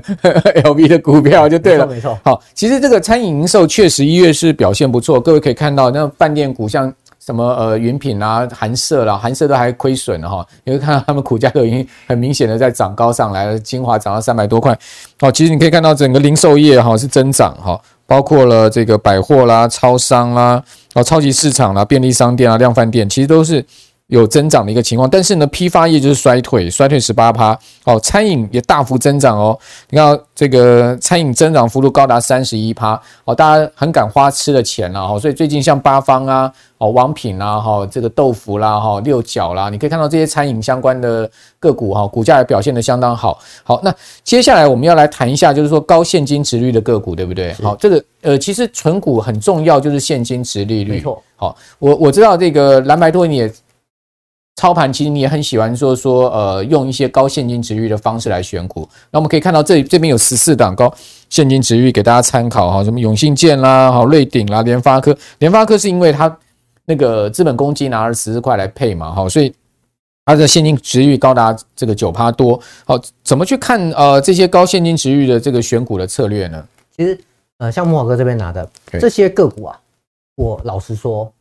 LV 的股票就对了。
没错，没错
好，其实这个餐饮营售确实一月是表现不错，各位可以看到，那饭店股像什么呃云品啊、韩舍啦，韩舍都还亏损了哈，你会看到他们股价都已经很明显的在涨高上来了，精华涨到三百多块。好，其实你可以看到整个零售业哈是增长哈，包括了这个百货啦、超商啦、哦超级市场啦、便利商店啊、量贩店，其实都是。有增长的一个情况，但是呢，批发业就是衰退，衰退十八趴哦，餐饮也大幅增长哦，你看到这个餐饮增长幅度高达三十一趴哦，大家很敢花吃的钱了哈、哦，所以最近像八方啊、哦王品啦、啊、哈、这个豆腐啦、哈、六角啦，你可以看到这些餐饮相关的个股哈、哦股价也表现得相当好。好，那接下来我们要来谈一下，就是说高现金值率的个股，对不对？好，这个呃，其实存股很重要，就是现金值利率。
没错。
好，我我知道这个蓝白托你也操盘，其实你也很喜欢说说呃，用一些高现金值率的方式来选股。那我们可以看到这这边有十四档高现金值率给大家参考哈，什么永信建啦、好瑞鼎啦、联发科，联发科是因为它那个资本公积拿了十四块来配嘛，哈，所以它的现金值率高达这个九趴多。好，怎么去看呃这些高现金值率的这个选股的策略呢？
其实呃，像木华哥这边拿的
对
这些个股啊，我老实说，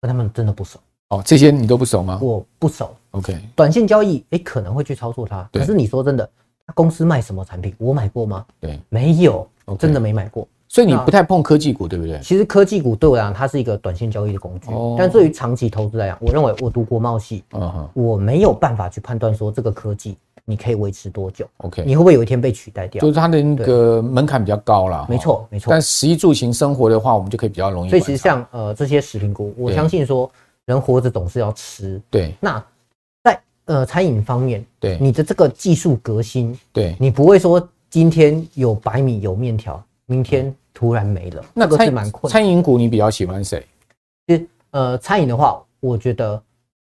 跟他们真的不熟，
哦，这些你都不熟吗
我不熟。
？OK，
短线交易，诶，可能会去操作它。
对
可是你说真的，他公司卖什么产品，我买过吗？
对，
没有
OK
真的没买过。
所以你
那
不太碰科技股，对不对？
其实科技股对我来讲，它是一个短线交易的工具。
哦
但对于长期投资来讲，我认为我读国贸系，
嗯哼
我没有办法去判断说这个科技你可以维持多久，
，OK，
你会不会有一天被取代掉
就？是它的那个门槛比较高啦。
没
哈
错，没错
但。食衣住行生活的话，我们就可以比较容易
所
观察。
以其实像呃这些食品股，我
对
相信说人活着总是要吃。
对
那在呃餐饮方面，
对
你的这个技术革新，
对
你不会说今天有白米有面条，明天突然没了，
嗯那
这个是
餐
蛮困难的。
餐饮股你比较喜欢谁？
呃，餐饮的话，我觉得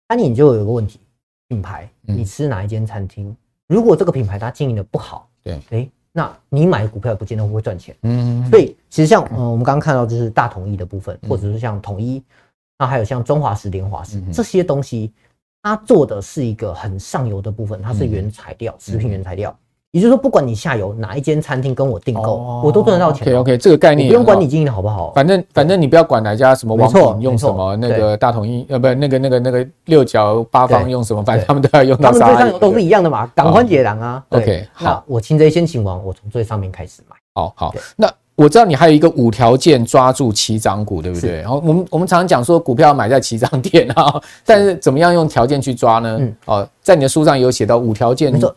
餐饮就有一个问题，品牌，
嗯
你吃哪一间餐厅？如果这个品牌它经营的不好，
对
哎、那你买股票也不见得会赚钱。
嗯，
所以其实像呃，我们刚刚看到就是大统一的部分，或者是像统一，那还有像中华食、联华食
嗯哼
这些东西，它做的是一个很上游的部分，它是
嗯
原材料，食品原材料。也就是说，不管你下游哪一间餐厅跟我订购，我都赚得到钱
OK
哦，
OK，这个概
你
念
不
也
用
很
管
好
你经营的好不好哦。
反正反正你不要管哪家什么
没
王
错
品用什么，
没
那
错
个大统一呃不那个那个那个六角八方
对
用什么，反正
对
他们都要用
他
到
们
沙
最上
拉
游都是一样的嘛，港欢解囊啊。对
哦 OK，好
那我擒贼先擒王，我从最上面开始买。
好好
对，
那我知道你还有一个五条件抓住起涨股，对不
嗯
对？然后我们我们常常讲说股票买在起涨点啊，但是怎么样用条件去抓呢？
嗯
哦，在你的书上有写到五条件
没错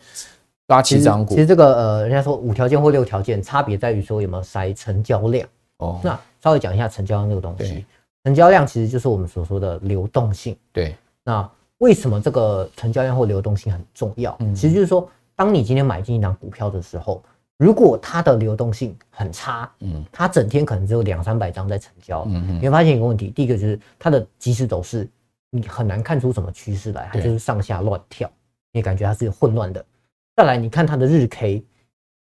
抓起涨
其实
股
这个呃，人家说五条件或六条件，差别在于说有没有筛成交量。
哦，
那稍微讲一下成交量这个东
对
西，成交量其实就是我们所说的流动性。
对，
那为什么这个成交量或流动性很重要？
嗯
其实就是说，当你今天买进一档股票的时候，如果它的流动性很差，
嗯
它整天可能只有两三百张在成交，
嗯嗯
你会发现一个问题，第一个就是它的即时走势，你很难看出什么趋势来，它
对
就是上下乱跳，你感觉它是混乱的。再来，你看它的日 K，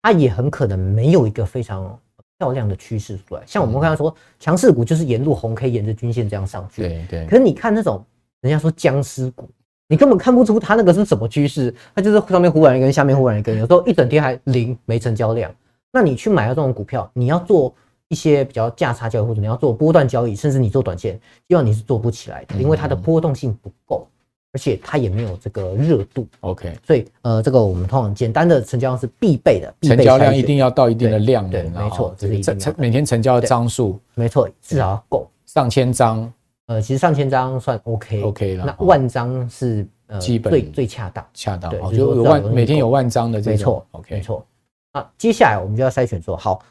它也很可能没有一个非常漂亮的趋势出来。像我们刚才说，强势股就是沿路红 K 沿着均线这样上去，
对对
可是你看那种人家说僵尸股，你根本看不出它那个是什么趋势，它就是上面忽然一根，下面忽然一根，有时候一整天还零没成交量。那你去买到这种股票，你要做一些比较价差交易，或者你要做波段交易，甚至你做短线，基本上你是做不起来的，因为它的
嗯
波动性不够，而且它也没有这个热度。
，OK，
所以，呃，这个我们通常简单的成交量是必备的，必备
成交量
筛选
一定要到一定的
对
量
对
能啊，
没错
哦
这是一定
成
要
成每天成交的
对
张数
没错，至少要够。
上千张，
呃，其实上千张算 OK
OK 啦
那
哦
万张是呃
基本
最最恰当。
恰当
对，
哦，
就是
就
说
有
这样
万
容易
每天有
够
万张的这种，
没错没
，OK，
错。那接下来我们就要筛选说，好，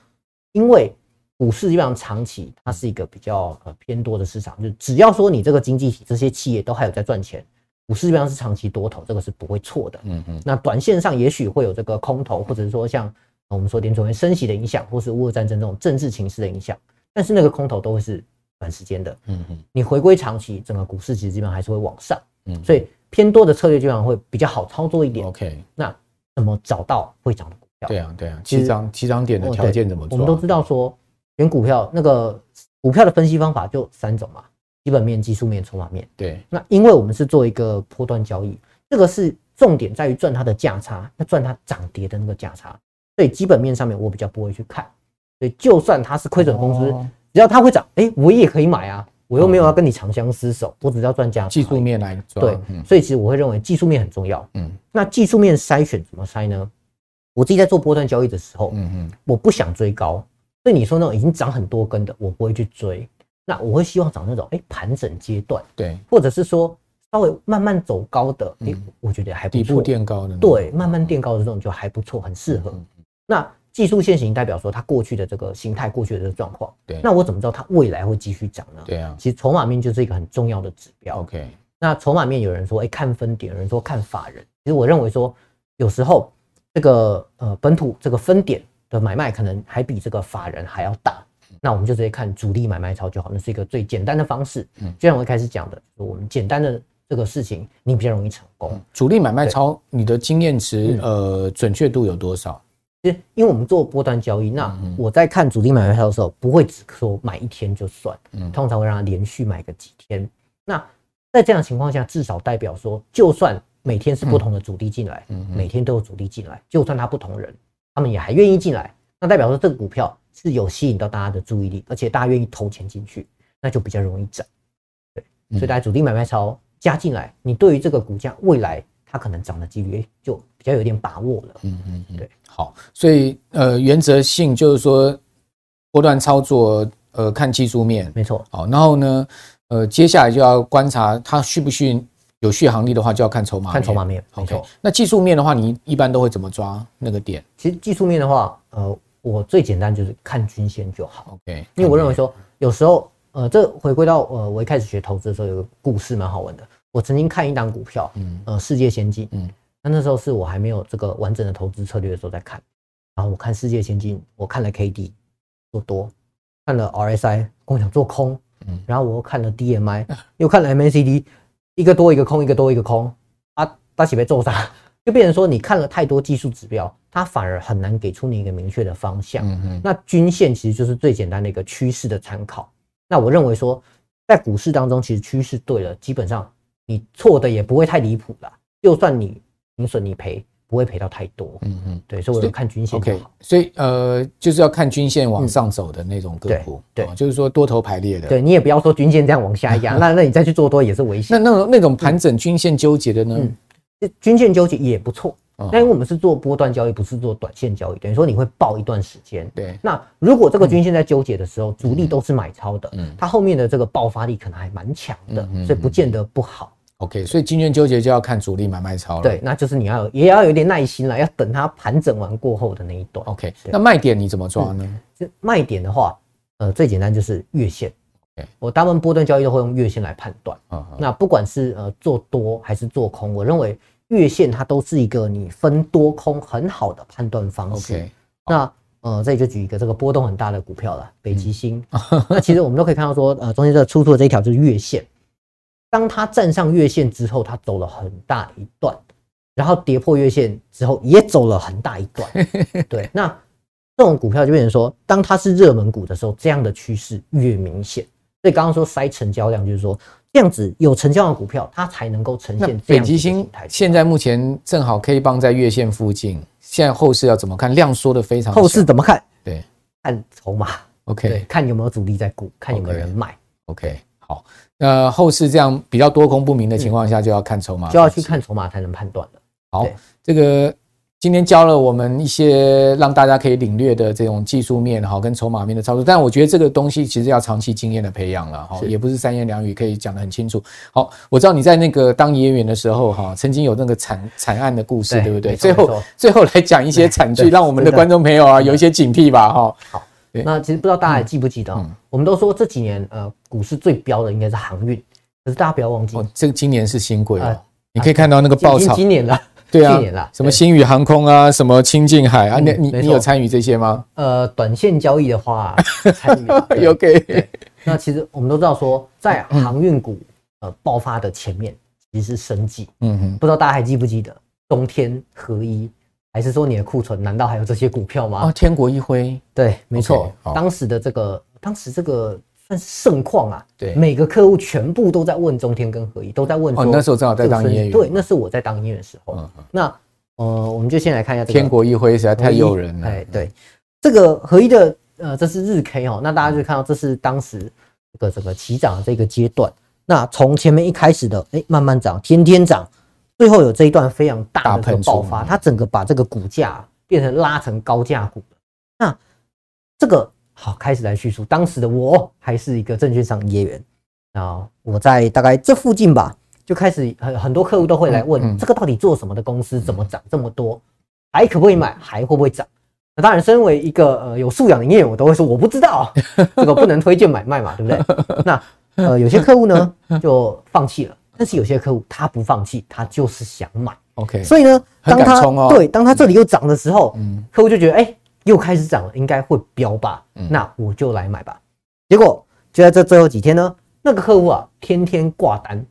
因为股市基本上长期它是一个比较呃偏多的市场，就只要说你这个经济体这些企业都还有在赚钱，股市基本上是长期多头，这个是不会错的。
嗯嗯
那短线上也许会有这个空头，或者是说像呃我们说联储会升息的影响，或是乌俄战争这种政治情势的影响，但是那个空头都会是短时间的。
嗯嗯
你回归长期，整个股市其实基本上还是会往上，
嗯，
所以偏多的策略基本上会比较好操作一点。
OK，
那怎么找到会涨的股票？
对啊对啊，
其实
起涨起涨点的
哦
条
对
件怎么做？
我们都知道说选股票那个股票的分析方法就三种嘛，基本面、技术面、筹码面。
对，
那因为我们是做一个波段交易，这个是重点在于赚它的价差，要赚它涨跌的那个价差。所以基本面上面我比较不会去看，所以就算它是亏损公司，
哦
只要它会涨，哎、我也可以买啊，我又没有要跟你长相厮守，我只要赚价差而已。
技术面来抓，
对，
嗯
所以其实我会认为技术面很重要。
嗯
那技术面筛选怎么筛呢？我自己在做波段交易的时候，
嗯嗯，
我不想追高，所以你说那种已经涨很多根的，我不会去追。那我会希望找那种哎盘整阶段，
对，
或者是说稍微慢慢走高的，哎、我觉得还
嗯
不
底
错。
部垫高的那种，
对，慢慢垫高的这种就还不错，很适合。
嗯
那技术线型代表说它过去的这个形态，过去的这个状况。
对
那我怎么知道它未来会继续涨呢？
对嗯啊
其实筹码面就是一个很重要的指标。
，OK，
那筹码面有人说，哎、看分点，有人说看法人。其实我认为说，有时候这个呃本土这个分点的买卖可能还比这个法人还要大。那我们就直接看主力买卖超就好，那是一个最简单的方式。
嗯
就像我一开始讲的，我们简单的这个事情，你比较容易成功。
主力买卖超，你的经验值
嗯
呃准确度有多少？
其实，因为我们做波段交易，
嗯
那我在看主力买卖超的时候，不会只说买一天就算，
嗯
通常会让它连续买个几天。那在这样的情况下，至少代表说，就算每天
嗯
是不同的主力进来，
嗯嗯
每天都有主力进来，就算它不同人，他们也还愿意进来，那代表说这个股票是有吸引到大家的注意力，而且大家愿意投钱进去，那就比较容易涨。对，所以大家主力买卖超加进来，你对于这个股价未来它可能涨的几率诶就比较有点把握了。
嗯嗯嗯，
对，
好，所以呃原则性就是说波段操作，呃看技术面，
没错，
好，然后呢，呃接下来就要观察它续不续有续航力的话，就要看筹码，
看筹码。面，没
OK，
错。
那技术面的话，你一般都会怎么抓那个点
其实技术面的话，呃，我最简单就是看嗯均线就好，
？OK，
因为我认为说，有时候，呃，这回归到呃，我一开始学投资的时候，有个故事蛮好玩的。我曾经看一档股票，
嗯
呃，世界先进，
嗯
嗯，那那时候是我还没有这个完整的投资策略的时候在看，然后我看世界先进，我看了 K D，做多，看了 RSI 跟我讲做空
嗯，
然后我又看了 DMI，又看了 MACD，一个多一个空，一个多一个空，啊，大喜被揍杀， 就变成说你看了太多技术指标，它反而很难给出你一个明确的方向。
嗯嗯
那均线其实就是最简单的一个趋势的参考。那我认为说，在股市当中，其实趋势对了，基本上你错的也不会太离谱啦。就算你你损你赔，不会赔到太多。
嗯嗯
对，所以我就看均线就
，OK，
好。
所以呃，就是要看均线往上走的那种个股，
对对
哦就是说多头排列的。
对你也不要说均线这样往下 压，那那你再去做多也是危
那
险。
那种那种盘整均线纠结的呢？
嗯均线纠结也不错，
哦
那因为我们是做波段交易，不是做短线交易，等于说你会抱一段时间。
对，
那如果这个均线在纠结的时候，主力都是买超的，
嗯
它后面的这个爆发力可能还蛮强的
嗯嗯，
所以不见得不好。
，OK，所以均线纠结就要看主力买卖超了。
对，那就是你要有也要有点耐心了，要等它盘整完过后的那一段。
，OK，
对嗯
那卖点你怎么抓呢？
就卖点的话，呃，最简单就是月线
OK。
我大部分波段交易都会用月线来判断。
啊啊
那不管是呃做多还是做空，我认为月线它都是一个你分多空很好的判断方式。
，OK，
那呃，这里就举一个这个波动很大的股票了，北
嗯
极星。 那其实我们都可以看到说，呃，中间这个出出的这一条就是月线，当它站上月线之后，它走了很大一段，然后跌破月线之后也走了很大一段。 对，那这种股票就变成说，当它是热门股的时候，这样的趋势越明显。所以刚刚说塞成交量，就是说这样子有成交量的股票，它才能够呈
那
现这
北
样子
极
的
星
形态出来
现在目前正好 K 棒在月线附近，现在后市要怎么看？量缩的非常小
后市怎么看？
对
看筹码，对，
，OK
看有没有主力在顾，看有没有
OK
人卖。
OK，好，那后市这样比较多空不明的情况下，就要看筹码，
嗯就要去看筹码才能判断了。
好
对，
这个今天教了我们一些让大家可以领略的这种技术面哈，跟筹码面的操作，但我觉得这个东西其实要长期经验的培养了哈，
是
也不是三言两语可以讲得很清楚。好，我知道你在那个当演员的时候哈，曾经有那个惨惨案的故事，
对
对不对？
没错
最
没
后
错
最后来讲一些惨剧，
对
让我们的
真的
观众朋友啊有一些警惕吧哈。对嗯
那其实不知道大家还记不记得哦、我们都说这几年呃股市最标的应该是航运，可是大家不要忘记，
哦，这个今年是新贵哦
嗯啊，
你可以看到那个
今
爆
已经
炒，
今年了，
对啊
去年了，
什么
对
星宇航空啊，什么清境海啊，
嗯
你你
没
你
错
有参与这些吗？
呃短线交易的话，参 与了对
有给。
那其实我们都知道说，在航运股呃爆发的前面，其实是生计，
嗯哼，
不知道大家还记不记得冬天合一，还是说你的库存难道还有这些股票吗？
哦，天国一辉，
对，没错
OK，好
当时的这个，当时这个算是盛况啊。
对
每个客户全部都在问中天跟合一，都在问说
哦
这个生意。
那时候正好在当业务
对，那是我在当业务的时候。
嗯嗯
那呃，我们就先来看一下这个
天国一辉实在太诱人了。嗯
哎，对，这个合一的呃，这是日 K 哦，那大家就看到这是当时这个整个起涨的这个阶段。那从前面一开始的哎慢慢涨，天天涨，最后有这一段非常大的这
大
个
喷出
爆发，
嗯
它整个把这个股价变成拉成高价股了。那这个好开始来叙述，当时的我还是一个证券商营业员，然后我在大概这附近吧，就开始很很多客户都会来问、
嗯嗯
这个到底做什么的公司，怎么涨这么多？还可不可以买，还会不会涨？那当然，身为一个呃有素养的业务，我都会说我不知道， 这个不能推荐买卖嘛，对不 对？那呃有些客户呢就放弃了，但是有些客户他不放弃，他就是想买。
，OK，
所以呢，
很
当
敢
他
冲哦
对当他这里又涨的时候，
嗯
客户就觉得哎、又开始涨了，应该会飙吧，
嗯
那我就来买吧。结果就在这最后几天呢，那个客户啊天天挂单，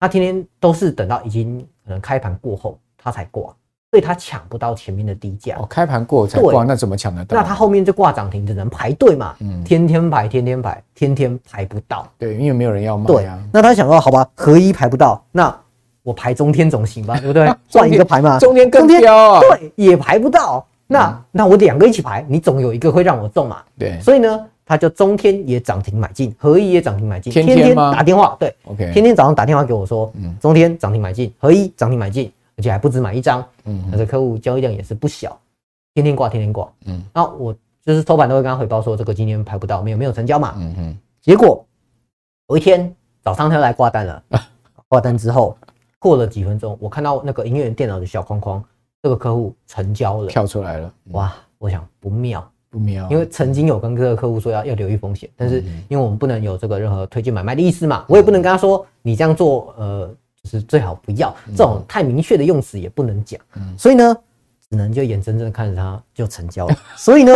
他天天都是等到已经可能开盘过后他才挂，所以他抢不到前面的低价。
哦，开盘过才
对
挂，那怎么抢得到？
那他后面就挂涨停，只能排队嘛，
嗯
天天排，天天排，天天排不到。
对，因为没有人要卖
对
啊，。
那他想说，好吧，合一排不到，那我排中天总行吧，对不对？
中天
换一个排嘛，
中间更标啊，嗯
对，也排不到。那、那我两个一起排，你总有一个会让我中嘛。
对
所以呢，他就中天也涨停买进，合一也涨停买进，
天天吗嗯
打电话，对，
，OK，
天天早上打电话给我说，
嗯
中天涨停买进，合一涨停买进，而且还不止买一张，
嗯
那这客户交易量也是不小，天天挂，天天挂。
嗯
那我就是头版都会跟他回报说，这个今天排不到，没有没有成交嘛。
嗯嗯，
结果有一天早上他又来挂 单了，挂单之后过了几分钟，我看到那个营业员电脑的小框框，这个客户成交了，
跳出来了，哇，
哇！我想不妙，
不妙，啊
因为曾经有跟这个客户说要要留意风险，但是因为我们不能有这个任何推荐买卖的意思嘛，我也不能跟他说你这样做，呃，就是最好不要这种太明确的用词也不能讲，所以呢，只能就眼睁睁地看着它就成交了。所以呢，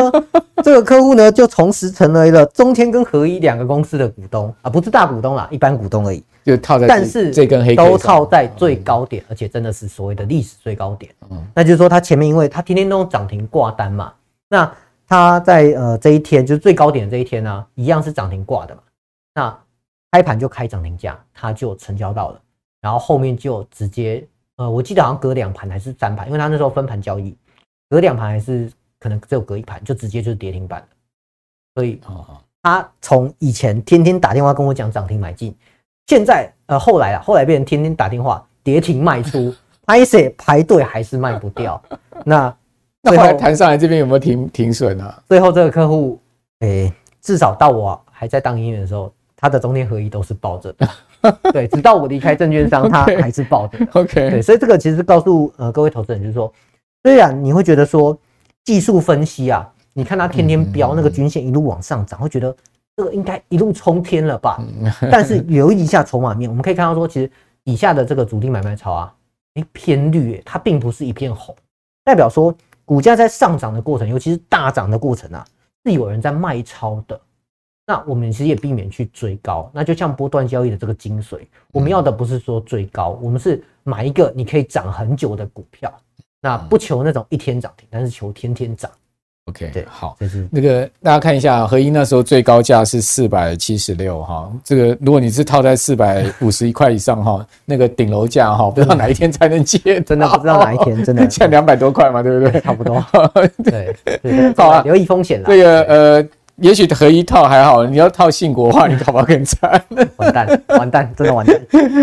这个客户呢就同时成为了中天跟合一两个公司的股东啊，不是大股东啦，一般股东而已。
就套在这
但是
这根黑 K
都
上
套在最高点，而且真的是所谓的历史最高点。
嗯
那就是说它前面因为它天天都用涨停挂单嘛，那它在呃这一天就是最高点的这一天呢、啊一样是涨停挂的嘛，那开盘就开涨停价，它就成交到了，然后后面就直接呃我记得好像隔两盘还是三盘，因为它那时候分盘交易，隔两盘还是可能只有隔一盘，就直接就是跌停板了，所以
哦哦
他从以前天天打电话跟我讲涨停买进，现在呃后来啊，后来变成天天打电话跌停 卖出，拍谁排队还是卖不掉。那
那
最
后
后
来谈上来这边有没有停停损啊？
最后这个客户，诶、至少到我还在当营业员的时候，他的中天合一都是抱 着的，对，直到我离开证券商，他
OK
还是抱着的。对，
OK，
所以这个其实告诉呃各位投资人，就是说，虽然你会觉得说技术分析啊，你看它天天
嗯
飙
嗯
那个均线一路往上涨，会觉得这个应该一路冲天了吧？
嗯
但是留意一下筹码面，我们可以看到说，其实底下的这个主力买卖潮啊，诶偏绿耶、它并不是一片红，代表说股价在上涨的过程，尤其是大涨的过程啊，是有人在卖超的。那我们其实也避免去追高，那就像波段交易的这个精髓，我们要的不是说追高，我们是买一个你可以涨很久的股票，那不求那种一天涨停，但是求天天涨，
OK，
对
好。
这是
那个大家看一下，合一那时候最高价是四百七十六哈，这个如果你是套在四百五十一块以上哈，那个顶楼价哈，不知道哪一天才能接，
真的不知道哪一天真 的
现在两百多块嘛，对 不对？。
差不多
对
对，对
好啊
留意风险啦，
这个呃，也许合一套还好，你要套信国话，你搞不好更惨。
完蛋，完蛋，真的完蛋。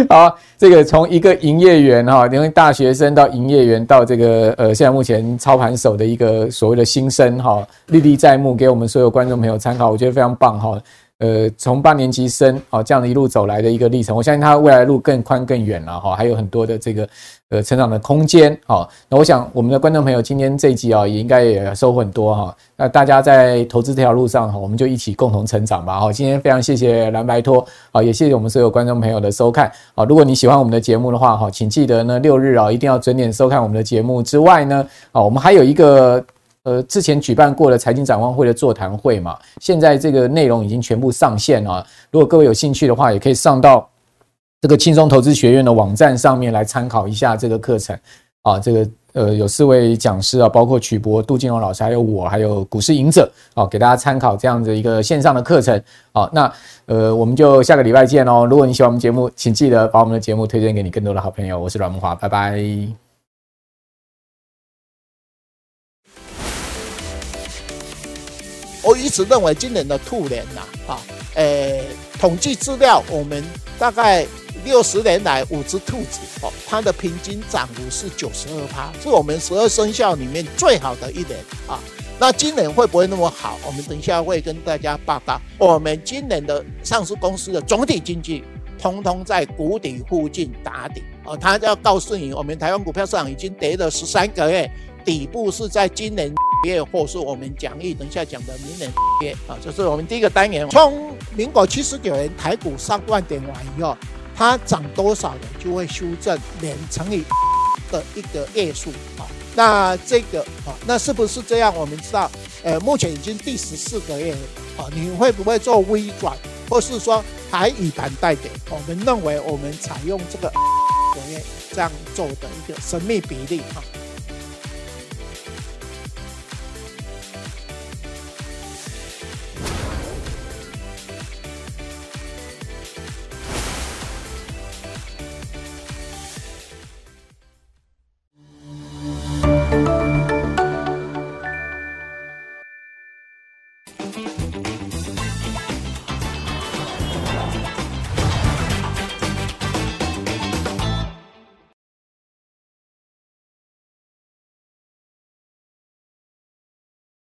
好，这个从一个营业员哈，因为大学生到营业员到这个呃，现在目前操盘手的一个所谓的新生哈，历历在目，给我们所有观众朋友参考，我觉得非常棒哈。呃，从八年级生哦这样的一路走来的一个历程，我相信他未来路更宽更远了哈、还有很多的这个呃成长的空间哦。那我想我们的观众朋友今天这一集啊、也应该也收获很多哈、那大家在投资这条路上哈、我们就一起共同成长吧哈、今天非常谢谢蓝白托啊、也谢谢我们所有观众朋友的收看啊、如果你喜欢我们的节目的话哈、请记得呢六日啊、一定要准点收看我们的节目之外呢啊、我们还有一个呃之前举办过的财经展望会的座谈会嘛，现在这个内容已经全部上线了。如果各位有兴趣的话，也可以上到这个轻松投资学院的网站上面来参考一下这个课程啊，这个。呃，有四位讲师啊，包括曲博、杜金龙老师，还有我，还有股市赢者，啊，给大家参考这样的一个线上的课程。好、那呃，我们就下个礼拜见哦。如果你喜欢我们节目，请记得把我们的节目推荐给你更多的好朋友。我是阮木华，拜拜。
我一直认为今年的兔年呐、啊，诶、统计资料我们大概六十年来五只兔子哦，它的平均涨幅是九十二趴，是我们十二生肖里面最好的一年啊。那今年会不会那么好？我们等一下会跟大家报告。我们今年的上市公司的总体经济，通通在谷底附近打底哦。他要告诉你，我们台湾股票市场已经跌了十三个月，底部是在今年月，或是我们讲义等一下讲的明年月啊，这是我们第一个单元。从民国七十九年台股上万点完以后，它涨多少呢？就会修正年乘以的一个月数啊。那这个啊，那是不是这样？我们知道，呃，目前已经第十四个月了啊，你会不会做微转，或是说还以盘代跌？我们认为我们采用这个个月这样做的一个神秘比例啊。